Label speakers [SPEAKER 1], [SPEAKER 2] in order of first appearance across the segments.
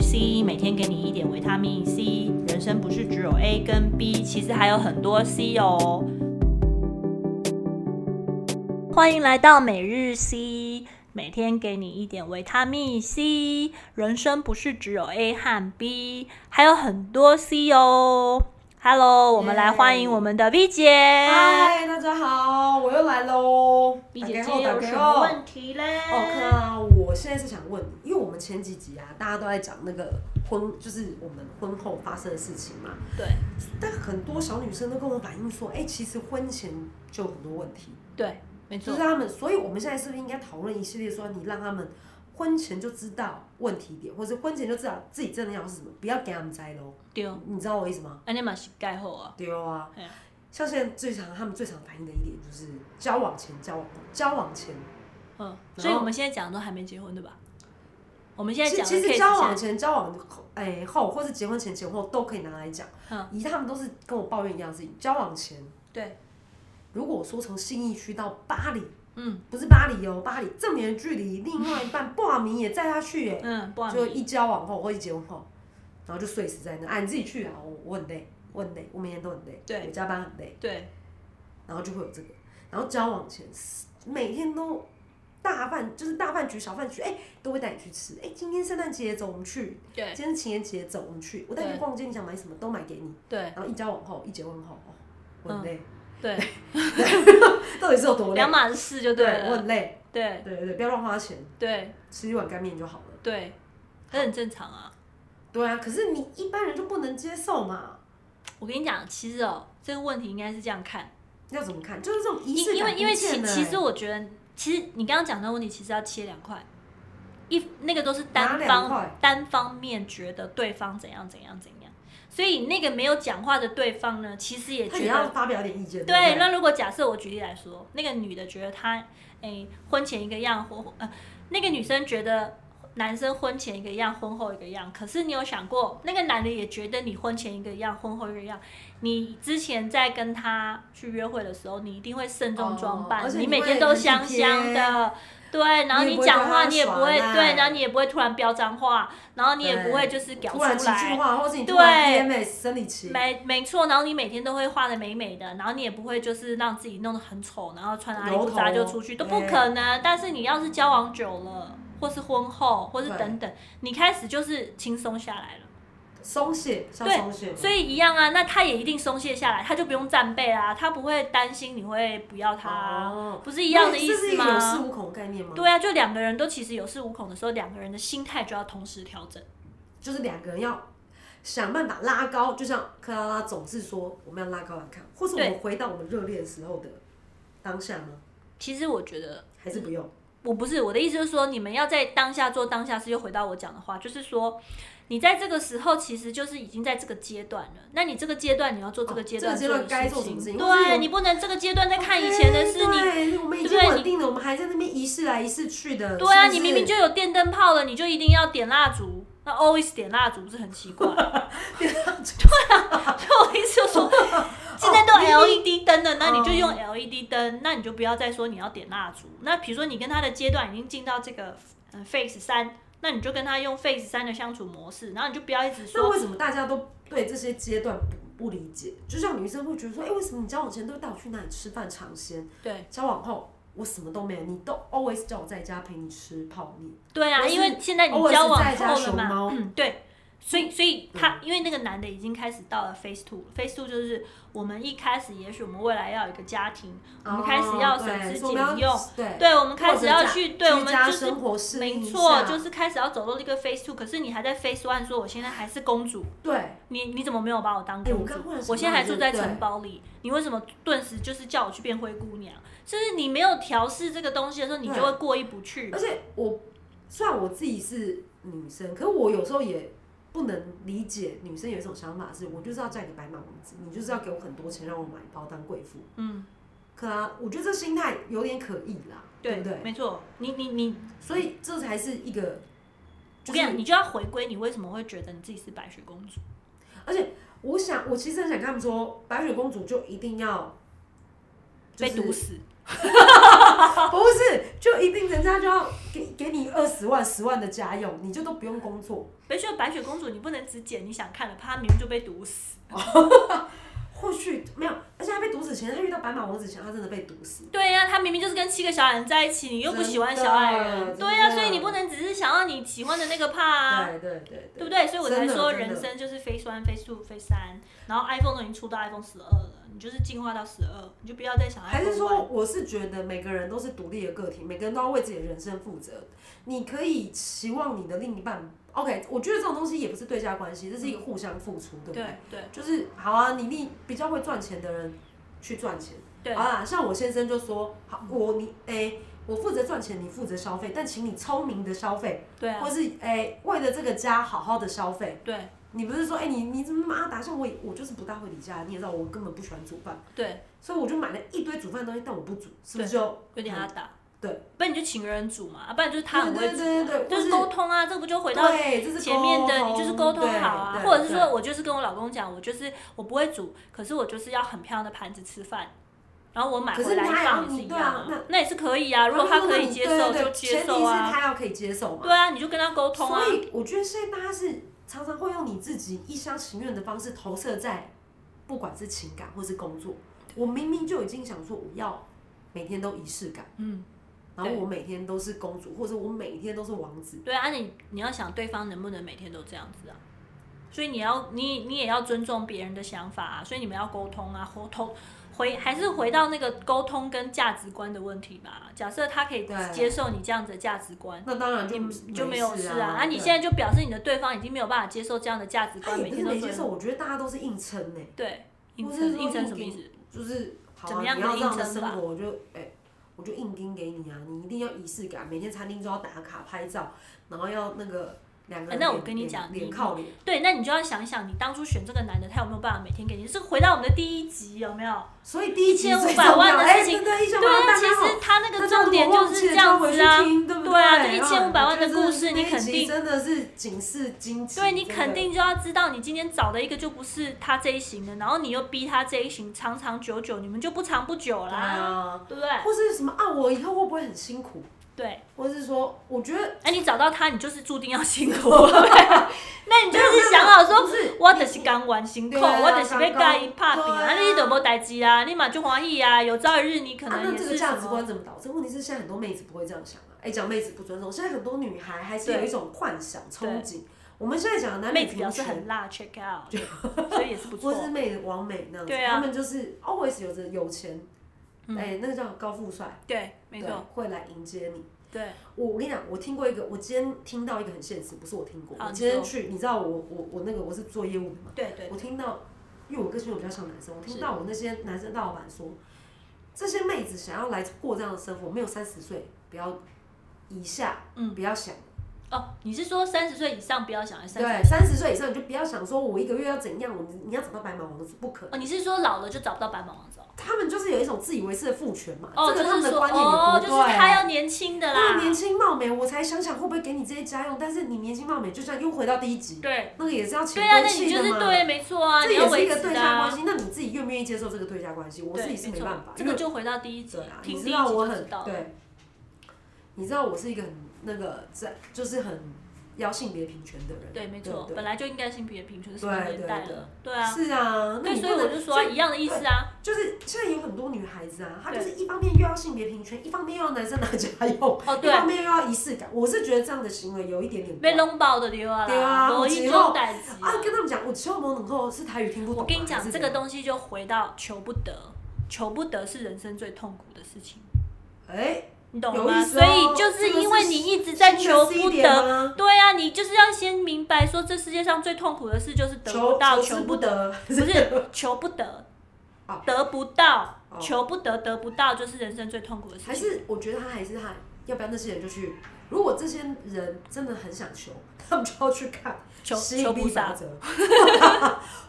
[SPEAKER 1] C，每天给你一点维他命 C。人生不是只有 A 跟 B，其实还有很多 C 哦。欢迎来到每日 C，每天给你一点维他命 C。人生不是只有 A 和 B，还有很多 C 哦。Hello，我们来欢迎我们的 V 姐。
[SPEAKER 2] 嗨，大家好，我又来喽。
[SPEAKER 1] B
[SPEAKER 2] 打
[SPEAKER 1] 姐
[SPEAKER 2] 给
[SPEAKER 1] 姐
[SPEAKER 2] 后打
[SPEAKER 1] 有
[SPEAKER 2] 给
[SPEAKER 1] 什
[SPEAKER 2] 后
[SPEAKER 1] 么问题嘞？
[SPEAKER 2] 哦，看啊，我现在是想问你，因为我们前几集啊，大家都在讲那个婚，就是我们婚后发生的事情嘛。
[SPEAKER 1] 对
[SPEAKER 2] 但很多小女生都跟我反映说，哎、其实婚前就有很多问题，
[SPEAKER 1] 对，没
[SPEAKER 2] 就
[SPEAKER 1] 错
[SPEAKER 2] 是。他们，所以我们现在是不是应该讨论一系列，说你让他们婚前就知道问题点，或者婚前就知道自己真的要是什么，不要给他们栽喽。
[SPEAKER 1] 丢，
[SPEAKER 2] 你知道我意思吗？
[SPEAKER 1] 安尼嘛是盖好啊。
[SPEAKER 2] 对啊
[SPEAKER 1] 嘿啊，
[SPEAKER 2] 像现在最常他们最常反映的一点就是交往前、交往后、交往前
[SPEAKER 1] 嗯，
[SPEAKER 2] 然后
[SPEAKER 1] 所以我们现在讲的都还没结婚，对吧？我们现在
[SPEAKER 2] 其
[SPEAKER 1] 讲的
[SPEAKER 2] 其
[SPEAKER 1] case
[SPEAKER 2] 实交往
[SPEAKER 1] 是
[SPEAKER 2] 前、交往后，哎、后，或是结婚前、前后都可以拿来讲。
[SPEAKER 1] 嗯
[SPEAKER 2] 以他们都是跟我抱怨一样的事情。交往前，
[SPEAKER 1] 对，
[SPEAKER 2] 如果说从信义区到巴黎，
[SPEAKER 1] 嗯
[SPEAKER 2] 不是巴黎哦，巴黎这么远的距离，另外一半不明也载他去哎、
[SPEAKER 1] 嗯，不然
[SPEAKER 2] 就一交往后或一结婚后，然后就睡死在那。啊，你自己去啊，我我很累，我很累，我每天都很累，
[SPEAKER 1] 对
[SPEAKER 2] 我加班很累，
[SPEAKER 1] 对
[SPEAKER 2] 然后就会有这个。然后交往前每天都大饭就是大饭局、小饭局，哎、都会带你去吃。哎、今天圣诞节走，我们去。
[SPEAKER 1] 对
[SPEAKER 2] 今天情人节走，我们去，我带你
[SPEAKER 1] 对
[SPEAKER 2] 去逛街，你想买什么都买给你。
[SPEAKER 1] 对嗯
[SPEAKER 2] 然后一交往后，一结婚后，哦，我很累，
[SPEAKER 1] 对，
[SPEAKER 2] 到底是有多累
[SPEAKER 1] 两？码子事就
[SPEAKER 2] 对，我
[SPEAKER 1] 了。
[SPEAKER 2] 很累，
[SPEAKER 1] 对
[SPEAKER 2] 对对对，不要乱花钱，
[SPEAKER 1] 对
[SPEAKER 2] 吃一碗干面就好了。
[SPEAKER 1] 对，这很正常啊。
[SPEAKER 2] 对啊，可是你一般人就不能接受嘛？
[SPEAKER 1] 我跟你讲，其实哦，这个问题应该是这样看，
[SPEAKER 2] 要怎么看？就是这种仪
[SPEAKER 1] 因
[SPEAKER 2] 式
[SPEAKER 1] 因为
[SPEAKER 2] 感
[SPEAKER 1] 因为
[SPEAKER 2] 不见
[SPEAKER 1] 其
[SPEAKER 2] 了
[SPEAKER 1] 其实
[SPEAKER 2] 欸
[SPEAKER 1] 我觉得，其实你刚刚讲的问题，其实要切两块，一那个都是
[SPEAKER 2] 哪
[SPEAKER 1] 单
[SPEAKER 2] 两
[SPEAKER 1] 方
[SPEAKER 2] 块
[SPEAKER 1] 单方面觉得对方怎样怎样怎样，所以那个没有讲话的对方呢，其实也
[SPEAKER 2] 欸他
[SPEAKER 1] 觉
[SPEAKER 2] 也
[SPEAKER 1] 得
[SPEAKER 2] 要发表点意见。对
[SPEAKER 1] 对，
[SPEAKER 2] 不对，
[SPEAKER 1] 那如果假设我举例来说，那个女的觉得她诶、婚前一个样，婚后呃那个女生觉得男生婚前一个样，婚后一个样。可是你有想过，那个男的也觉得你婚前一个样，婚后一个样。你之前在跟他去约会的时候，你一定会慎重装扮，
[SPEAKER 2] 哦而且
[SPEAKER 1] 你
[SPEAKER 2] 你
[SPEAKER 1] 每
[SPEAKER 2] 会
[SPEAKER 1] 天都
[SPEAKER 2] 很体
[SPEAKER 1] 香香
[SPEAKER 2] 贴
[SPEAKER 1] 的。对，然后
[SPEAKER 2] 你
[SPEAKER 1] 你
[SPEAKER 2] 也不会
[SPEAKER 1] 讲
[SPEAKER 2] 跟
[SPEAKER 1] 话
[SPEAKER 2] 他
[SPEAKER 1] 你也不
[SPEAKER 2] 耍
[SPEAKER 1] 会
[SPEAKER 2] 赖
[SPEAKER 1] 对，然后你也不会突然飙脏话，然后你也不
[SPEAKER 2] 对
[SPEAKER 1] 会就是屌出
[SPEAKER 2] 突然情绪
[SPEAKER 1] 来，
[SPEAKER 2] 化，或是你突
[SPEAKER 1] 对
[SPEAKER 2] 然 PMS 生理期，
[SPEAKER 1] 没没错，然后你每天都会画的美美的，然后你也不会就是让自己弄得很丑，然后穿阿里不扎就出去，
[SPEAKER 2] 油
[SPEAKER 1] 都
[SPEAKER 2] 头
[SPEAKER 1] 不可能。但是你要是交往久了，或是婚后，或是等等，你开始就是轻松下来了，
[SPEAKER 2] 松懈，像
[SPEAKER 1] 对
[SPEAKER 2] 松懈嘛。
[SPEAKER 1] 所以一样啊，那他也一定松懈下来，他就不用战备啦，他不会担心你会不要他啊，
[SPEAKER 2] 哦，
[SPEAKER 1] 不是一样的
[SPEAKER 2] 那
[SPEAKER 1] 意
[SPEAKER 2] 这是
[SPEAKER 1] 思
[SPEAKER 2] 一个有恃
[SPEAKER 1] 吗？
[SPEAKER 2] 无恐的概念吗？
[SPEAKER 1] 对啊，就两个人都其实有恃无恐的时候，两个人的心态就要同时调整。
[SPEAKER 2] 就是两个人要想办法拉高，就像克拉拉总是说我们要拉高来看，或是我
[SPEAKER 1] 对
[SPEAKER 2] 们回到我们热恋时候的当下吗？
[SPEAKER 1] 其实我觉得
[SPEAKER 2] 还是不用？
[SPEAKER 1] 我不是我的意思，就是说你们要在当下做当下事。又回到我讲的话，就是说，你在这个时候其实就是已经在这个阶段了。那你这个阶段你要做这个阶段
[SPEAKER 2] 哦这个阶段
[SPEAKER 1] 的
[SPEAKER 2] 该做什么事情或是
[SPEAKER 1] 对啊
[SPEAKER 2] 有
[SPEAKER 1] 你不能这个阶段在看以前的事，你。
[SPEAKER 2] 对，啊我们已
[SPEAKER 1] 对不
[SPEAKER 2] 经
[SPEAKER 1] 对
[SPEAKER 2] 稳定了，我们还在那边一试来一试去的。
[SPEAKER 1] 对啊，
[SPEAKER 2] 是不
[SPEAKER 1] 你
[SPEAKER 2] 是
[SPEAKER 1] 明明就有电灯泡了，你就一定要点蜡烛。那 always 点蜡烛不是很奇 怪？对啊，所以我的意思就是说，现在都
[SPEAKER 2] 哦明哦
[SPEAKER 1] LED 灯了，那你就用 LED 灯，那你就不要再说你要点蜡烛。那比如说你跟他的阶段已经进到这个嗯 Face 三，那你就跟他用 Face 三的相处模式，然后你就不要一直
[SPEAKER 2] 那
[SPEAKER 1] 说
[SPEAKER 2] 为什么大家都对这些阶段不不理解？就像女生会觉得说，哎、为什么你交往前都会带我去那里吃饭尝鲜，
[SPEAKER 1] 对
[SPEAKER 2] 交往后我什么都没有，你都 always 叫我在家陪你吃泡面，
[SPEAKER 1] 对啊，
[SPEAKER 2] 我是
[SPEAKER 1] 因为现在你
[SPEAKER 2] 偶尔
[SPEAKER 1] 交
[SPEAKER 2] 是
[SPEAKER 1] 往
[SPEAKER 2] 在家
[SPEAKER 1] 后了
[SPEAKER 2] 熊
[SPEAKER 1] 嘛，
[SPEAKER 2] 猫，
[SPEAKER 1] 嗯，对，所以所以
[SPEAKER 2] 嗯
[SPEAKER 1] 他、因为那个男的已经开始到了 phase two，phase two 就是我们一开始，也许我们未来要有一个家庭，我们开始要省
[SPEAKER 2] 哦对
[SPEAKER 1] 吃
[SPEAKER 2] 所以
[SPEAKER 1] 俭
[SPEAKER 2] 我们要
[SPEAKER 1] 用，
[SPEAKER 2] 对。
[SPEAKER 1] 对，我们开
[SPEAKER 2] 或
[SPEAKER 1] 始
[SPEAKER 2] 者
[SPEAKER 1] 要
[SPEAKER 2] 在
[SPEAKER 1] 去，对，我
[SPEAKER 2] 居
[SPEAKER 1] 们
[SPEAKER 2] 家
[SPEAKER 1] 就是
[SPEAKER 2] 生活适
[SPEAKER 1] 没
[SPEAKER 2] 应一
[SPEAKER 1] 错，
[SPEAKER 2] 下
[SPEAKER 1] 就是开始要走入一个 phase two，可是你还在 phase one，说我现在还是公主，
[SPEAKER 2] 对，
[SPEAKER 1] 你你怎么没有把我当
[SPEAKER 2] 哎我
[SPEAKER 1] 公主
[SPEAKER 2] 刚忽然？
[SPEAKER 1] 我
[SPEAKER 2] 想
[SPEAKER 1] 现在
[SPEAKER 2] 到
[SPEAKER 1] 还
[SPEAKER 2] 一
[SPEAKER 1] 住
[SPEAKER 2] 件
[SPEAKER 1] 在
[SPEAKER 2] 对
[SPEAKER 1] 城堡里，你为什么顿时就是叫我去变灰姑娘？就是你没有调试这个东西的时候，你就
[SPEAKER 2] 对
[SPEAKER 1] 会过意不去
[SPEAKER 2] 而。且我虽然我自己是女生，可是我有时候也不能理解女生有一种想法是，我就是要嫁给白马王子，你就是要给我很多钱让我买包当贵妇。
[SPEAKER 1] 嗯，
[SPEAKER 2] 可啊，我觉得这心态有点可疑啦，对
[SPEAKER 1] 对
[SPEAKER 2] 不对？
[SPEAKER 1] 没错，你你你，
[SPEAKER 2] 所以这才是一个，
[SPEAKER 1] 我
[SPEAKER 2] 就
[SPEAKER 1] 跟你讲，
[SPEAKER 2] 是
[SPEAKER 1] 你就要回归你为什么会觉得你自己是白雪公主？
[SPEAKER 2] 而且我想，我其实很想跟他们说，白雪公主就一定要、就
[SPEAKER 1] 被
[SPEAKER 2] 是
[SPEAKER 1] 毒死？
[SPEAKER 2] 不是，就一定人家就要给给你二十万、十万的家用，你就都不用工作。
[SPEAKER 1] 白雪白雪公主，你不能只剪你想看的，怕她明明就被毒死。
[SPEAKER 2] 或许没有，而且他被毒死前，他遇到白马王子前，他真的被毒死。
[SPEAKER 1] 对呀、她明明就是跟七个小矮人在一起，你又不喜欢小矮
[SPEAKER 2] 真的
[SPEAKER 1] 人。对呀、
[SPEAKER 2] 真的
[SPEAKER 1] 所以你不能只是想要你喜欢的那个怕啊，
[SPEAKER 2] 对对对
[SPEAKER 1] 对不对？所以我才
[SPEAKER 2] 真的
[SPEAKER 1] 说
[SPEAKER 2] 真的
[SPEAKER 1] 人生就是 Face One、Face Two、Face 三，然后 iPhone 都已经出到 iPhone 十二了，你就是进化到十二，你就不要再想 iPhone
[SPEAKER 2] 还是
[SPEAKER 1] one
[SPEAKER 2] 说，我是觉得每个人都是独立的个体，每个人都要为自己的人生负责。你可以期望你的另一半，OK，我觉得这种东西也不是对价关系，这是一个互相付出，对不对？
[SPEAKER 1] 对对
[SPEAKER 2] 就是好啊，你另比较会赚钱的人去赚钱。
[SPEAKER 1] 对
[SPEAKER 2] 好啦，像我先生就说，好，我你诶，我负责赚钱，你负责消费，但请你聪明的消费，
[SPEAKER 1] 对啊
[SPEAKER 2] 或是诶，为了这个家好好的消费。
[SPEAKER 1] 对啊
[SPEAKER 2] 你不是说，哎、你你怎么妈打像我，我就是不大会理家，你也知道我根本不喜欢煮饭，
[SPEAKER 1] 对，
[SPEAKER 2] 所以我就买了一堆煮饭的东西，但我不煮，是不是就
[SPEAKER 1] 有点阿打。
[SPEAKER 2] 对，
[SPEAKER 1] 不然你就请人煮嘛，啊不然就是他很会
[SPEAKER 2] 对
[SPEAKER 1] 煮
[SPEAKER 2] 对对
[SPEAKER 1] 啊
[SPEAKER 2] 对，
[SPEAKER 1] 就是沟通啊，这不就回到
[SPEAKER 2] 对，这是
[SPEAKER 1] 前面的
[SPEAKER 2] 沟
[SPEAKER 1] 你就是沟通好啊
[SPEAKER 2] 对，对
[SPEAKER 1] 或者是
[SPEAKER 2] 对
[SPEAKER 1] 说我就是跟我老公讲，我就是我不会煮，可是我就是要很漂亮的盘子吃饭，然后我买
[SPEAKER 2] 可是
[SPEAKER 1] 回来
[SPEAKER 2] 你还
[SPEAKER 1] 放
[SPEAKER 2] 要
[SPEAKER 1] 也是
[SPEAKER 2] 你
[SPEAKER 1] 一
[SPEAKER 2] 对
[SPEAKER 1] 样、
[SPEAKER 2] 啊那
[SPEAKER 1] 那也是可以啊。如果他可以接受
[SPEAKER 2] 对对
[SPEAKER 1] 就
[SPEAKER 2] 对
[SPEAKER 1] 接
[SPEAKER 2] 前
[SPEAKER 1] 受
[SPEAKER 2] 提是
[SPEAKER 1] 啊，
[SPEAKER 2] 他要可以接受嘛。
[SPEAKER 1] 对啊，你就跟他沟通啊
[SPEAKER 2] 所，以我觉得现在大家是常常会用你自己一厢情愿的方式投射在，不管是情感或是工作。我明明就已经想说我要每天都仪式感，
[SPEAKER 1] 嗯，
[SPEAKER 2] 然后
[SPEAKER 1] 对
[SPEAKER 2] 我每天都是公主，或者我每天都是王子。
[SPEAKER 1] 对啊，你你要想对方能不能每天都这样子啊。所以你要你你也要尊重别人的想法啊，所以你们要沟通啊，沟通回还是回到那个沟通跟价值观的问题吧。假设他可以
[SPEAKER 2] 对
[SPEAKER 1] 接受你这样子的价值观，
[SPEAKER 2] 那当然就
[SPEAKER 1] 嗯你就没有事
[SPEAKER 2] 啊
[SPEAKER 1] 啊。。那你现在就表示你的对方已经没有办法接受这样的价值
[SPEAKER 2] 对他
[SPEAKER 1] 观，每
[SPEAKER 2] 也不哎
[SPEAKER 1] 天都这
[SPEAKER 2] 是没接
[SPEAKER 1] 样
[SPEAKER 2] 受，我觉得大家都是硬撑呢、
[SPEAKER 1] 对，硬
[SPEAKER 2] 不是
[SPEAKER 1] 撑
[SPEAKER 2] 说
[SPEAKER 1] 硬撑
[SPEAKER 2] 硬
[SPEAKER 1] 什么意
[SPEAKER 2] 顶
[SPEAKER 1] 思？
[SPEAKER 2] 就是好
[SPEAKER 1] 怎么
[SPEAKER 2] 啊，
[SPEAKER 1] 样
[SPEAKER 2] 你
[SPEAKER 1] 的
[SPEAKER 2] 要这样
[SPEAKER 1] 硬
[SPEAKER 2] 的
[SPEAKER 1] 撑
[SPEAKER 2] 生
[SPEAKER 1] 法
[SPEAKER 2] 活，我就哎、我就硬盯给你啊，你一定要仪式感，每天餐厅都要打卡拍照，然后要那个两个
[SPEAKER 1] 哎
[SPEAKER 2] 人脸、
[SPEAKER 1] 那我跟你讲
[SPEAKER 2] 脸
[SPEAKER 1] 你
[SPEAKER 2] 脸靠脸，
[SPEAKER 1] 对，那你就要想想，你当初选这个男的，他有没有办法每天给你？是回到我们的第一集有没有？
[SPEAKER 2] 所以第一集
[SPEAKER 1] 1500
[SPEAKER 2] 最重要，
[SPEAKER 1] 万的
[SPEAKER 2] 哎
[SPEAKER 1] 事情
[SPEAKER 2] 对对，一千五
[SPEAKER 1] 对
[SPEAKER 2] 百万
[SPEAKER 1] 啊，
[SPEAKER 2] 大
[SPEAKER 1] 其
[SPEAKER 2] 家好。
[SPEAKER 1] 实他那
[SPEAKER 2] 大
[SPEAKER 1] 个
[SPEAKER 2] 家
[SPEAKER 1] 重
[SPEAKER 2] 如果
[SPEAKER 1] 点就
[SPEAKER 2] 忘
[SPEAKER 1] 是
[SPEAKER 2] 记
[SPEAKER 1] 这
[SPEAKER 2] 了
[SPEAKER 1] 样
[SPEAKER 2] 回
[SPEAKER 1] 子
[SPEAKER 2] 去
[SPEAKER 1] 啊。
[SPEAKER 2] 听对不
[SPEAKER 1] 对啊这1500
[SPEAKER 2] 对哇
[SPEAKER 1] 万的
[SPEAKER 2] 我觉得
[SPEAKER 1] 故事
[SPEAKER 2] 那一
[SPEAKER 1] 你肯
[SPEAKER 2] 集
[SPEAKER 1] 定
[SPEAKER 2] 真的是警示惊奇，
[SPEAKER 1] 对你
[SPEAKER 2] 真的
[SPEAKER 1] 肯定就要知道，你今天找的一个就不是他这一型的，然后你又逼他这一型，长长久久，你们就不长不久
[SPEAKER 2] 对
[SPEAKER 1] 啦，
[SPEAKER 2] 啊，
[SPEAKER 1] 对不对？
[SPEAKER 2] 或是什么啊，我以后会不会很辛苦？
[SPEAKER 1] 对，
[SPEAKER 2] 或是说，我觉得
[SPEAKER 1] 哎，你找到他，你就是注定要辛苦， 那你就是想好说
[SPEAKER 2] 不，是
[SPEAKER 1] 我就是刚完成苦，
[SPEAKER 2] 对啊
[SPEAKER 1] 我就是要甲伊拍拼，
[SPEAKER 2] 对啊
[SPEAKER 1] 啊，你就无代志啊，你嘛就欢喜啊，有朝一日你可
[SPEAKER 2] 啊，
[SPEAKER 1] 能
[SPEAKER 2] 那
[SPEAKER 1] 也
[SPEAKER 2] 这个
[SPEAKER 1] 是
[SPEAKER 2] 价
[SPEAKER 1] 什
[SPEAKER 2] 值
[SPEAKER 1] 么？
[SPEAKER 2] 观怎么导致？问题是现在很多妹子不会这样想啊。哎、讲妹子不尊重，现在很多女孩还是
[SPEAKER 1] 对
[SPEAKER 2] 有一种幻想憧憬。我们现在讲的男
[SPEAKER 1] 妹
[SPEAKER 2] 女
[SPEAKER 1] 子表
[SPEAKER 2] 平
[SPEAKER 1] 示
[SPEAKER 2] 权，
[SPEAKER 1] 很辣，check out，所以也是不
[SPEAKER 2] 或
[SPEAKER 1] 错。
[SPEAKER 2] 是妹王美那样子，
[SPEAKER 1] 对啊
[SPEAKER 2] 他们就是 always 有着有钱，哎、
[SPEAKER 1] 嗯
[SPEAKER 2] 那个叫高富帅，
[SPEAKER 1] 对，没
[SPEAKER 2] 对
[SPEAKER 1] 错，，
[SPEAKER 2] 会来迎接你。
[SPEAKER 1] 对，
[SPEAKER 2] 我我跟你讲，我听过一个，我今天听到一个很现实，不是我听过，
[SPEAKER 1] 好
[SPEAKER 2] 我
[SPEAKER 1] 啊你
[SPEAKER 2] 今天
[SPEAKER 1] 说
[SPEAKER 2] 去，你知道我我我那个我是做业务的嘛，
[SPEAKER 1] 对对
[SPEAKER 2] 我听到，因为我个性比较像男生，我听
[SPEAKER 1] 是
[SPEAKER 2] 到我那些男生大老板说，这些妹子想要来过这样的生活，没有三十岁不要以下，
[SPEAKER 1] 嗯
[SPEAKER 2] 不要想，
[SPEAKER 1] 哦，你是说三十岁以上不要想，三
[SPEAKER 2] 对，
[SPEAKER 1] 十
[SPEAKER 2] 三十岁以上你就不要想说我一个月要怎样，我你要找到白马王子不可能，
[SPEAKER 1] 哦，你是说老了就找不到白马王子哦？
[SPEAKER 2] 他们就是有一种自以为是的父权嘛，
[SPEAKER 1] 哦，
[SPEAKER 2] 这
[SPEAKER 1] 就
[SPEAKER 2] 个他们
[SPEAKER 1] 是
[SPEAKER 2] 的
[SPEAKER 1] 说
[SPEAKER 2] 观念也
[SPEAKER 1] 哦，
[SPEAKER 2] 不
[SPEAKER 1] 就
[SPEAKER 2] 对。
[SPEAKER 1] 是他要年轻的
[SPEAKER 2] 那年
[SPEAKER 1] 啦，
[SPEAKER 2] 轻貌美，我才想想会不会给你这些家用，但是你年轻貌美，就像又回到第一集，
[SPEAKER 1] 对
[SPEAKER 2] 那个也是要钱
[SPEAKER 1] 对啊，
[SPEAKER 2] 跟
[SPEAKER 1] 那你
[SPEAKER 2] 气
[SPEAKER 1] 就
[SPEAKER 2] 的
[SPEAKER 1] 是
[SPEAKER 2] 嘛，
[SPEAKER 1] 对，没错啊，
[SPEAKER 2] 这
[SPEAKER 1] 你要
[SPEAKER 2] 也是
[SPEAKER 1] 维
[SPEAKER 2] 一个
[SPEAKER 1] 持
[SPEAKER 2] 对
[SPEAKER 1] 的
[SPEAKER 2] 价关
[SPEAKER 1] 啊，
[SPEAKER 2] 系。那你自己愿不愿意接受这个对价关系？我自己是
[SPEAKER 1] 对，
[SPEAKER 2] 没
[SPEAKER 1] 错
[SPEAKER 2] 办法，
[SPEAKER 1] 这
[SPEAKER 2] 因为
[SPEAKER 1] 个就回到第一集
[SPEAKER 2] 对啊，，
[SPEAKER 1] 听
[SPEAKER 2] 你
[SPEAKER 1] 第一
[SPEAKER 2] 知
[SPEAKER 1] 集
[SPEAKER 2] 道我
[SPEAKER 1] 就
[SPEAKER 2] 很
[SPEAKER 1] 知道了，
[SPEAKER 2] 对，你知道我是一个很那个在就是很要性别平权的人，
[SPEAKER 1] 对，没错，
[SPEAKER 2] 对
[SPEAKER 1] 本来就应该性别平权，是什么
[SPEAKER 2] 对
[SPEAKER 1] 年
[SPEAKER 2] 对
[SPEAKER 1] 代
[SPEAKER 2] 对
[SPEAKER 1] 了？对啊，
[SPEAKER 2] 是啊，那
[SPEAKER 1] 对，
[SPEAKER 2] 你
[SPEAKER 1] 所
[SPEAKER 2] 不
[SPEAKER 1] 以我
[SPEAKER 2] 能
[SPEAKER 1] 就说啊一样的意思啊，
[SPEAKER 2] 就是现在有很多女孩子啊，她就
[SPEAKER 1] 对
[SPEAKER 2] 是一方面又要性别平权，一方面又要男生拿家用，
[SPEAKER 1] 哦
[SPEAKER 2] 一
[SPEAKER 1] 对，
[SPEAKER 2] 方面又要仪式感，我是觉得这样的行为有一点点
[SPEAKER 1] 被
[SPEAKER 2] 怪
[SPEAKER 1] 弄爆的对啊
[SPEAKER 2] 对啊
[SPEAKER 1] 啦，无
[SPEAKER 2] 我
[SPEAKER 1] 一
[SPEAKER 2] 之
[SPEAKER 1] 种
[SPEAKER 2] 后
[SPEAKER 1] 代志啊
[SPEAKER 2] 啊，跟他们讲，我求魔能够是台语听不懂啊，
[SPEAKER 1] 我跟你
[SPEAKER 2] 还
[SPEAKER 1] 讲，
[SPEAKER 2] 是
[SPEAKER 1] 这
[SPEAKER 2] 怎
[SPEAKER 1] 个
[SPEAKER 2] 样，
[SPEAKER 1] 东西就回到求不得，求不得是人生最痛苦的事情，
[SPEAKER 2] 哎，
[SPEAKER 1] 你懂
[SPEAKER 2] 有
[SPEAKER 1] 吗？
[SPEAKER 2] 意思
[SPEAKER 1] 所以
[SPEAKER 2] 哦
[SPEAKER 1] 就
[SPEAKER 2] 这个
[SPEAKER 1] 因
[SPEAKER 2] 是
[SPEAKER 1] 为你一直在求
[SPEAKER 2] 新
[SPEAKER 1] 不
[SPEAKER 2] 的 C 点
[SPEAKER 1] 得，
[SPEAKER 2] 吗
[SPEAKER 1] 对啊，你就是要先明白说，这世界上最痛苦的事就是得不
[SPEAKER 2] 求
[SPEAKER 1] 到，
[SPEAKER 2] 之
[SPEAKER 1] 求
[SPEAKER 2] 不
[SPEAKER 1] 不
[SPEAKER 2] 得，
[SPEAKER 1] 不是求不得
[SPEAKER 2] 哦，
[SPEAKER 1] 得不到，
[SPEAKER 2] 哦
[SPEAKER 1] 求不得，得不到，就是人生最痛苦的事
[SPEAKER 2] 还
[SPEAKER 1] 情。
[SPEAKER 2] 是我觉得他还是他，要不然那些人就去。如果这些人真的很想求，他们就要去看
[SPEAKER 1] 求
[SPEAKER 2] 吸
[SPEAKER 1] 求
[SPEAKER 2] 引
[SPEAKER 1] 菩
[SPEAKER 2] 力法
[SPEAKER 1] 萨，
[SPEAKER 2] 则，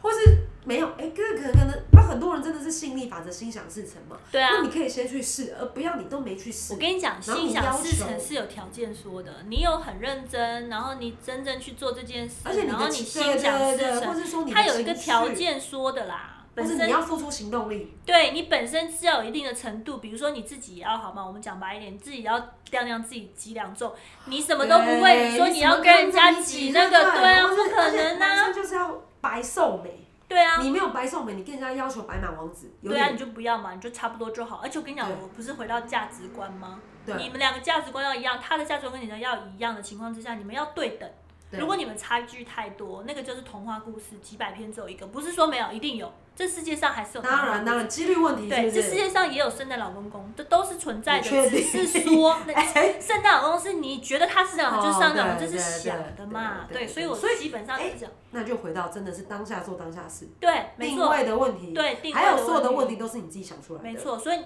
[SPEAKER 2] 或是没有哎，可可能可能，那很多人真的是吸引力法则心想事成嘛。
[SPEAKER 1] 对啊。
[SPEAKER 2] 那你可以先去试，而不要你都没去试
[SPEAKER 1] 我。跟你讲，
[SPEAKER 2] 然后
[SPEAKER 1] 心
[SPEAKER 2] 你
[SPEAKER 1] 想
[SPEAKER 2] 要
[SPEAKER 1] 事
[SPEAKER 2] 求
[SPEAKER 1] 成是有条件说的，你有很认真，然后你真正去做这件事，
[SPEAKER 2] 而且你
[SPEAKER 1] 然后
[SPEAKER 2] 的
[SPEAKER 1] 你
[SPEAKER 2] 情
[SPEAKER 1] 心
[SPEAKER 2] 对
[SPEAKER 1] 想
[SPEAKER 2] 对
[SPEAKER 1] 事
[SPEAKER 2] 对，
[SPEAKER 1] 成
[SPEAKER 2] 或，是说你的
[SPEAKER 1] 它有一个
[SPEAKER 2] 情绪
[SPEAKER 1] 条，件说的啦。
[SPEAKER 2] 或
[SPEAKER 1] 本
[SPEAKER 2] 是
[SPEAKER 1] 身
[SPEAKER 2] 你要付出行动力，
[SPEAKER 1] 对你本身是要有一定的程度，比如说你自己也要好嘛，我们讲白一点，你自己要量量自己几两重，你什么都不会，
[SPEAKER 2] 对
[SPEAKER 1] 你说
[SPEAKER 2] 你
[SPEAKER 1] 你要跟人家挤
[SPEAKER 2] 挤
[SPEAKER 1] 那个，对啊，不
[SPEAKER 2] 或是
[SPEAKER 1] 可能
[SPEAKER 2] 而且男
[SPEAKER 1] 呐、
[SPEAKER 2] 生就是要白瘦美，
[SPEAKER 1] 对啊，
[SPEAKER 2] 你没有白瘦美，你跟人家要求白马王子，有
[SPEAKER 1] 对啊，
[SPEAKER 2] 点
[SPEAKER 1] 你就不要嘛，你就差不多就好。而且我跟你讲，
[SPEAKER 2] 对
[SPEAKER 1] 我不是回到价值观吗？你
[SPEAKER 2] 对
[SPEAKER 1] 们两个价值观要一样，他的价值观跟你的要一样的情况之下，你们要对等。
[SPEAKER 2] 对
[SPEAKER 1] 如果你们差距太多，那个就是童话故事，几百篇只有一个，不是说没有，一定有。这世界上还是有童话
[SPEAKER 2] 当然当然几率问题是
[SPEAKER 1] 对，
[SPEAKER 2] 不
[SPEAKER 1] 这世
[SPEAKER 2] 是？
[SPEAKER 1] 界上也有圣诞老公公，这都是存在的，
[SPEAKER 2] 你确
[SPEAKER 1] 只
[SPEAKER 2] 定
[SPEAKER 1] 是 说那
[SPEAKER 2] 哎
[SPEAKER 1] 圣诞老公公是你觉得他是这样，
[SPEAKER 2] 哦
[SPEAKER 1] 就是圣诞老公，这
[SPEAKER 2] 对
[SPEAKER 1] 是
[SPEAKER 2] 对
[SPEAKER 1] 想的
[SPEAKER 2] 对
[SPEAKER 1] 嘛，
[SPEAKER 2] 对对
[SPEAKER 1] 所以我
[SPEAKER 2] 所以
[SPEAKER 1] 基本上是这样，
[SPEAKER 2] 那就回到真的是当下做当下事，
[SPEAKER 1] 对，没
[SPEAKER 2] 定
[SPEAKER 1] 错，
[SPEAKER 2] 位的问题，
[SPEAKER 1] 对，定
[SPEAKER 2] 还有所有的
[SPEAKER 1] 的
[SPEAKER 2] 问
[SPEAKER 1] 题，
[SPEAKER 2] 题都是你自己想出来的，
[SPEAKER 1] 没，错，所以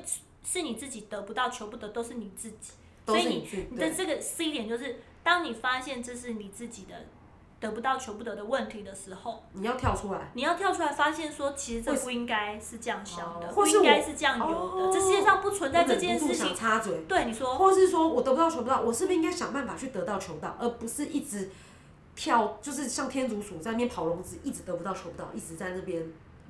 [SPEAKER 1] 是你自己得不到、求不得，都是你自己。
[SPEAKER 2] 都
[SPEAKER 1] 所
[SPEAKER 2] 是
[SPEAKER 1] 以
[SPEAKER 2] 你自己
[SPEAKER 1] 你的
[SPEAKER 2] 对
[SPEAKER 1] 这个 C 点就是，当你发现这是你自己的得不到、求不得的问题的时候，
[SPEAKER 2] 你要跳出来。
[SPEAKER 1] 你要跳出来发现说，其实这
[SPEAKER 2] 为什
[SPEAKER 1] 不应该是这样想的，
[SPEAKER 2] 哦
[SPEAKER 1] 不
[SPEAKER 2] 或是
[SPEAKER 1] 应该
[SPEAKER 2] 我
[SPEAKER 1] 是这样有的，
[SPEAKER 2] 哦
[SPEAKER 1] 这世界上不存在这件
[SPEAKER 2] 我忍
[SPEAKER 1] 事
[SPEAKER 2] 不住想
[SPEAKER 1] 情。
[SPEAKER 2] 插嘴，
[SPEAKER 1] 对你说，
[SPEAKER 2] 或是说我得不到求不到，我是不是应该想办法去得到求到，而不是一直跳，就是像天竺鼠在那边跑笼子，一直得不到求不到，一直在那边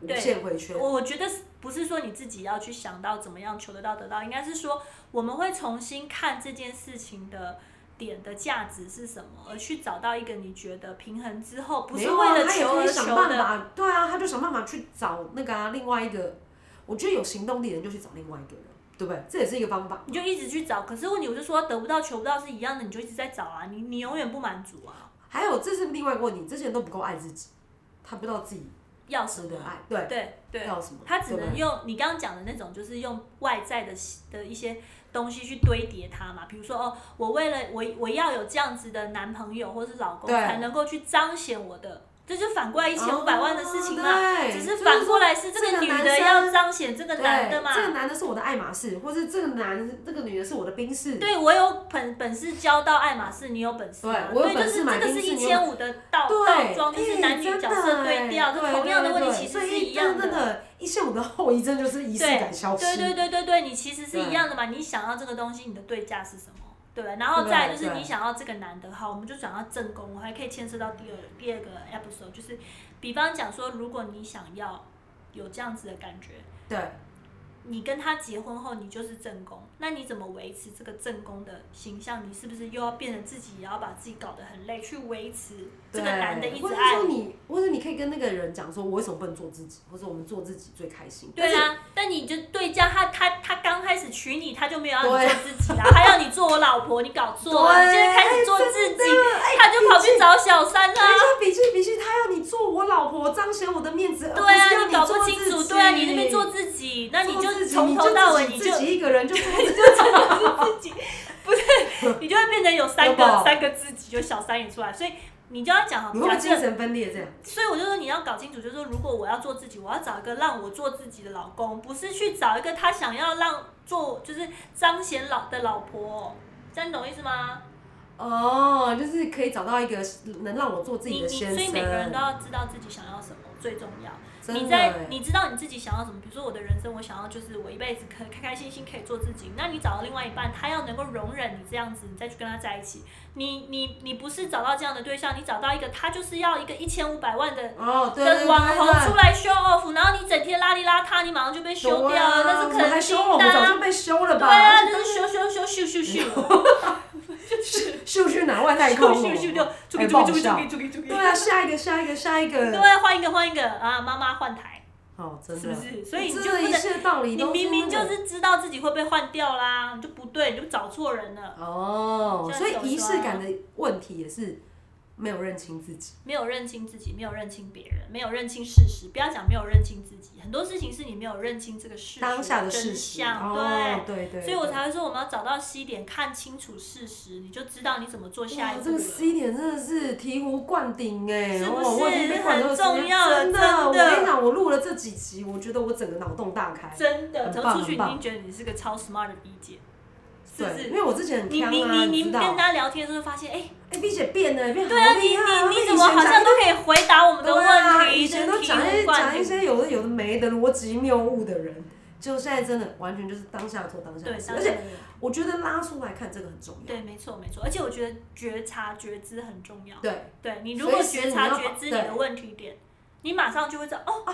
[SPEAKER 2] 无
[SPEAKER 1] 对
[SPEAKER 2] 限回圈。
[SPEAKER 1] 我我觉得是不是说你自己要去想到怎么样求得到得到，应该是说我们会重新看这件事情的点的价值是什么，而去找到一个你觉得平衡之后，不
[SPEAKER 2] 没
[SPEAKER 1] 是
[SPEAKER 2] 有
[SPEAKER 1] 为
[SPEAKER 2] 啊，
[SPEAKER 1] 了
[SPEAKER 2] 他也
[SPEAKER 1] 求
[SPEAKER 2] 可
[SPEAKER 1] 而
[SPEAKER 2] 以想
[SPEAKER 1] 求
[SPEAKER 2] 办
[SPEAKER 1] 的。
[SPEAKER 2] 法，对啊，他就想办法去找那个啊，另外一个，我觉得有行动力的人就去找另外一个人，对不对？这也是一个方法。
[SPEAKER 1] 你就一直去找，可是问题我就说得不到求不到是一样的，你就一直在找啊，你你永远不满足啊，
[SPEAKER 2] 还有，这是另外一个问题，这些人都不够爱自己，他不知道自己
[SPEAKER 1] 要什
[SPEAKER 2] 值
[SPEAKER 1] 么
[SPEAKER 2] 得？爱，对，
[SPEAKER 1] 对对，
[SPEAKER 2] 要什么，
[SPEAKER 1] 他只
[SPEAKER 2] 对不
[SPEAKER 1] 能
[SPEAKER 2] 对
[SPEAKER 1] 用你刚刚讲的那种，就是用外在的的一些东西去堆叠它嘛。比如说，哦，我为了我我要有这样子的男朋友或是老公，
[SPEAKER 2] 对
[SPEAKER 1] 才能够去彰显我的，这就反过来一千五百万的事情嘛。
[SPEAKER 2] 哦对
[SPEAKER 1] 只是
[SPEAKER 2] 就
[SPEAKER 1] 反过来是
[SPEAKER 2] 说
[SPEAKER 1] 这
[SPEAKER 2] 这
[SPEAKER 1] 个
[SPEAKER 2] 个
[SPEAKER 1] 女
[SPEAKER 2] 男
[SPEAKER 1] 的
[SPEAKER 2] 生
[SPEAKER 1] 要彰显这个
[SPEAKER 2] 对
[SPEAKER 1] 男的嘛。
[SPEAKER 2] 这个男的是我的爱马仕，或是这个男这个女的是我的宾士，
[SPEAKER 1] 对我有本本事交到爱马仕，你有本事吗
[SPEAKER 2] 对我有本事
[SPEAKER 1] 对，
[SPEAKER 2] 买
[SPEAKER 1] 就是这个是
[SPEAKER 2] 冰
[SPEAKER 1] 一
[SPEAKER 2] 室你有
[SPEAKER 1] 千五的倒倒
[SPEAKER 2] 对，
[SPEAKER 1] 装，就是男女
[SPEAKER 2] 哎
[SPEAKER 1] 角色对调，这
[SPEAKER 2] 真的哎
[SPEAKER 1] 同样的问题
[SPEAKER 2] 对对
[SPEAKER 1] 其实
[SPEAKER 2] 对
[SPEAKER 1] 是
[SPEAKER 2] 所以
[SPEAKER 1] 一样
[SPEAKER 2] 真
[SPEAKER 1] 的。
[SPEAKER 2] 的，一下午的后遗症就是仪式
[SPEAKER 1] 对
[SPEAKER 2] 感消失。
[SPEAKER 1] 对对对对对，你其实是
[SPEAKER 2] 对
[SPEAKER 1] 一样的嘛。你想要这个东西，你的对价是什么？对不对，然后再来就是
[SPEAKER 2] 对
[SPEAKER 1] 你想要这个男的，好，我们就转到正宫，我还可以牵涉到第二第二个 episode，就是比方讲说，如果你想要有这样子的感觉，
[SPEAKER 2] 对
[SPEAKER 1] 你跟他结婚后，你就是正宫，那你怎么维持这个正宫的形象？你是不是又要变成自己也要把自己搞得很累，去维持这个
[SPEAKER 2] 对
[SPEAKER 1] 男的一
[SPEAKER 2] 或
[SPEAKER 1] 直
[SPEAKER 2] 者
[SPEAKER 1] 爱
[SPEAKER 2] 说？你，或者你可以跟那个人讲说，我为什么不能做自己，或者我们做自己最开心。
[SPEAKER 1] 对
[SPEAKER 2] 但是，
[SPEAKER 1] 啊，但你就对这样，他他他刚开始娶你，他就没有让你
[SPEAKER 2] 对
[SPEAKER 1] 做自己啦， 他要你做我老婆，你搞错了，
[SPEAKER 2] 对
[SPEAKER 1] 你现在开始做自
[SPEAKER 2] 真
[SPEAKER 1] 己，
[SPEAKER 2] 的哎
[SPEAKER 1] 他就跑去找小三啊
[SPEAKER 2] 等一
[SPEAKER 1] 啦。
[SPEAKER 2] 下，比去比去，他要你做我老婆，彰显我的面子，而
[SPEAKER 1] 对
[SPEAKER 2] 不是
[SPEAKER 1] 啊，
[SPEAKER 2] 要
[SPEAKER 1] 你搞
[SPEAKER 2] 做
[SPEAKER 1] 不清
[SPEAKER 2] 自
[SPEAKER 1] 楚，
[SPEAKER 2] 己
[SPEAKER 1] 对啊，你那边做自己，那你
[SPEAKER 2] 做
[SPEAKER 1] 就
[SPEAKER 2] 自己
[SPEAKER 1] 从
[SPEAKER 2] 你
[SPEAKER 1] 头到
[SPEAKER 2] 自
[SPEAKER 1] 尾
[SPEAKER 2] 己
[SPEAKER 1] 你
[SPEAKER 2] 自
[SPEAKER 1] 就
[SPEAKER 2] 己一个人就 做自己，
[SPEAKER 1] 你就会变成有三
[SPEAKER 2] 有
[SPEAKER 1] 个
[SPEAKER 2] 吧
[SPEAKER 1] 三个自己，有小三也出来，所以你就要讲好，
[SPEAKER 2] 你会不会
[SPEAKER 1] 假
[SPEAKER 2] 精
[SPEAKER 1] 设，
[SPEAKER 2] 神分裂这样？
[SPEAKER 1] 所以我就说你要搞清楚，就是说如果我要做自己，我要找一个让我做自己的老公，不是去找一个他想要让做就是彰显老的老婆，这样你懂意思吗？
[SPEAKER 2] 哦，就是可以找到一个能让我做自
[SPEAKER 1] 你你
[SPEAKER 2] 己的先生。
[SPEAKER 1] 所以每个人都要知道自己想要什么最重要。
[SPEAKER 2] 真的
[SPEAKER 1] 你在你知道你自己想要什么，比如说我的人生，我想要就是我一辈子可以开开心心可以做自己。那你找到另外一半，他要能够容忍你这样子，你再去跟他在一起。你你你不是找到这样的对象，你找到一个他就是要一个一千五百万的。
[SPEAKER 2] 哦，对对
[SPEAKER 1] 的
[SPEAKER 2] 对
[SPEAKER 1] 网红
[SPEAKER 2] 对啊
[SPEAKER 1] 出来 show off，然后你整天邋里邋遢，你马上就被修掉了，那
[SPEAKER 2] 我
[SPEAKER 1] 是
[SPEAKER 2] 们还
[SPEAKER 1] 肯
[SPEAKER 2] 修
[SPEAKER 1] 定
[SPEAKER 2] 我
[SPEAKER 1] 的
[SPEAKER 2] 们早
[SPEAKER 1] 啊。
[SPEAKER 2] 就被修了吧？
[SPEAKER 1] 对啊，就是修修修咻咻咻，
[SPEAKER 2] 秀去哪外太
[SPEAKER 1] 咻
[SPEAKER 2] 空？
[SPEAKER 1] 咻咻就出去
[SPEAKER 2] 哎
[SPEAKER 1] 出
[SPEAKER 2] 爆
[SPEAKER 1] 去出去
[SPEAKER 2] 笑
[SPEAKER 1] 出去出去。
[SPEAKER 2] 对啊，下一个，下一个，下一
[SPEAKER 1] 对
[SPEAKER 2] 个。
[SPEAKER 1] 啊，换一个换一个啊，妈妈换台。
[SPEAKER 2] 哦，真
[SPEAKER 1] 是不
[SPEAKER 2] 的，
[SPEAKER 1] 是？所以你就
[SPEAKER 2] 真
[SPEAKER 1] 不
[SPEAKER 2] 的一
[SPEAKER 1] 能，
[SPEAKER 2] 切道理
[SPEAKER 1] 你
[SPEAKER 2] 都
[SPEAKER 1] 明明就
[SPEAKER 2] 那个
[SPEAKER 1] 是知道自己会被换掉啦，你就不对，你就找错人了，
[SPEAKER 2] 哦，
[SPEAKER 1] 这样
[SPEAKER 2] 所以
[SPEAKER 1] 怎么
[SPEAKER 2] 仪
[SPEAKER 1] 说
[SPEAKER 2] 式
[SPEAKER 1] 啊
[SPEAKER 2] 感的问题也是没有认清自己。
[SPEAKER 1] 没有认清自己，没有认清别人，没有认清事实。不要讲没有认清自己，很多事情是你没有认清这个事实
[SPEAKER 2] 当下的
[SPEAKER 1] 真
[SPEAKER 2] 事实，
[SPEAKER 1] 相，
[SPEAKER 2] 哦，对对，
[SPEAKER 1] 对。所以我
[SPEAKER 2] 对
[SPEAKER 1] 才会说，我们要找到 C 点，看清楚事实，你就知道你怎么做下
[SPEAKER 2] 哇
[SPEAKER 1] 一，步
[SPEAKER 2] 这
[SPEAKER 1] 了。
[SPEAKER 2] 个 C 点真的是醍醐灌顶哎、
[SPEAKER 1] 是不
[SPEAKER 2] 哦我已经被灌
[SPEAKER 1] 是
[SPEAKER 2] 很多
[SPEAKER 1] 很
[SPEAKER 2] 时间
[SPEAKER 1] 重要的
[SPEAKER 2] 真的，
[SPEAKER 1] 真的
[SPEAKER 2] 我跟你讲，我录了这几集，我觉得我整个脑洞大开。
[SPEAKER 1] 真的，
[SPEAKER 2] 很
[SPEAKER 1] 走
[SPEAKER 2] 棒
[SPEAKER 1] 出去
[SPEAKER 2] 很
[SPEAKER 1] 你已
[SPEAKER 2] 棒
[SPEAKER 1] 经觉得你是个超 smart 的 B 姐，是不
[SPEAKER 2] 对，因
[SPEAKER 1] 是？
[SPEAKER 2] 为我之前很
[SPEAKER 1] 你
[SPEAKER 2] 强啊，
[SPEAKER 1] 你你你
[SPEAKER 2] 知
[SPEAKER 1] 跟
[SPEAKER 2] 道。
[SPEAKER 1] 他聊天的时候发现，哎、
[SPEAKER 2] 哎，B 姐变了，变好
[SPEAKER 1] 对啊，你
[SPEAKER 2] 厉害啊！
[SPEAKER 1] 你你
[SPEAKER 2] 比
[SPEAKER 1] 怎么
[SPEAKER 2] 以前
[SPEAKER 1] 好
[SPEAKER 2] 讲
[SPEAKER 1] 像都可以回答我们的
[SPEAKER 2] 对啊
[SPEAKER 1] 问题？
[SPEAKER 2] 以前都
[SPEAKER 1] 真
[SPEAKER 2] 讲
[SPEAKER 1] 醍
[SPEAKER 2] 一
[SPEAKER 1] 醐
[SPEAKER 2] 些
[SPEAKER 1] 灌
[SPEAKER 2] 讲一
[SPEAKER 1] 顶
[SPEAKER 2] 些有的有的没的逻辑谬误的人，就现在真的完全就是当下做当下
[SPEAKER 1] 对，
[SPEAKER 2] 的事，
[SPEAKER 1] 当
[SPEAKER 2] 而
[SPEAKER 1] 然
[SPEAKER 2] 且我觉得拉出来看这个很重要。
[SPEAKER 1] 对，没错没错。而且我觉得觉察觉知很重要。
[SPEAKER 2] 对，
[SPEAKER 1] 对你
[SPEAKER 2] 随
[SPEAKER 1] 如果
[SPEAKER 2] 时
[SPEAKER 1] 觉
[SPEAKER 2] 你
[SPEAKER 1] 察
[SPEAKER 2] 要
[SPEAKER 1] 觉知你
[SPEAKER 2] 对
[SPEAKER 1] 的问题点，你马上就会知道哦，
[SPEAKER 2] 可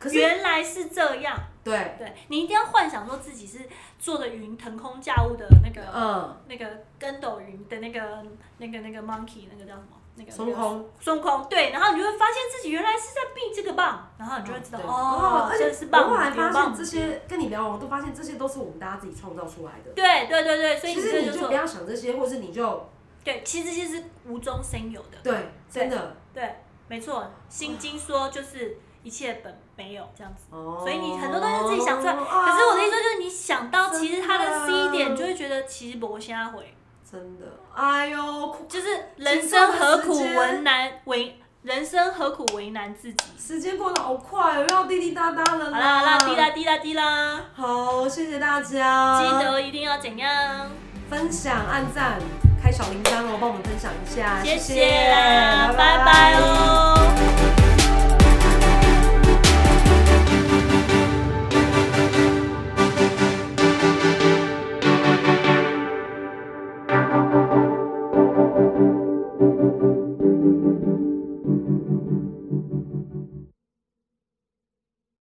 [SPEAKER 2] 可是
[SPEAKER 1] 原来是这样，
[SPEAKER 2] 对，
[SPEAKER 1] 对你一定要幻想说自己是坐着云腾空驾雾的那个、
[SPEAKER 2] 嗯，
[SPEAKER 1] 那个跟斗云的那个那个那个 monkey 那个叫什么？那个
[SPEAKER 2] 孙悟空，
[SPEAKER 1] 孙悟空对，然后你就会发现自己原来是在避这个棒，然后你就会知道
[SPEAKER 2] 嗯对
[SPEAKER 1] 哦，
[SPEAKER 2] 而且
[SPEAKER 1] 这是
[SPEAKER 2] 我
[SPEAKER 1] 棒，
[SPEAKER 2] 后来发
[SPEAKER 1] 有棒
[SPEAKER 2] 现这些跟你聊完，我都发现这些都是我们大家自己创造出来的。
[SPEAKER 1] 对对对对，所以
[SPEAKER 2] 其
[SPEAKER 1] 你
[SPEAKER 2] 实
[SPEAKER 1] 这
[SPEAKER 2] 你
[SPEAKER 1] 就
[SPEAKER 2] 就
[SPEAKER 1] 说
[SPEAKER 2] 不要想这些，或是你就
[SPEAKER 1] 对，其实这些是无中生有的。
[SPEAKER 2] 对，真的
[SPEAKER 1] 对，没错，《心经》说就是一切本没有这样子。
[SPEAKER 2] 哦。
[SPEAKER 1] 所以你很多东西自己想出来
[SPEAKER 2] 可
[SPEAKER 1] 可是我的意思就是，你想到其实它的
[SPEAKER 2] 真的
[SPEAKER 1] C 点，你就会觉得其实博瞎回，
[SPEAKER 2] 真的，哎呦，哭
[SPEAKER 1] 就是人生何苦为难为人生何苦为难自己。
[SPEAKER 2] 时间过得好快，哦，要滴滴答答了
[SPEAKER 1] 好
[SPEAKER 2] 啦。
[SPEAKER 1] 啦好啦，滴答滴答滴啦，
[SPEAKER 2] 好，谢谢大家，
[SPEAKER 1] 记得一定要怎样？
[SPEAKER 2] 分享、按赞、开小铃铛哦，帮我们分享一下，
[SPEAKER 1] 谢
[SPEAKER 2] 谢，
[SPEAKER 1] 谢啦，拜拜哦。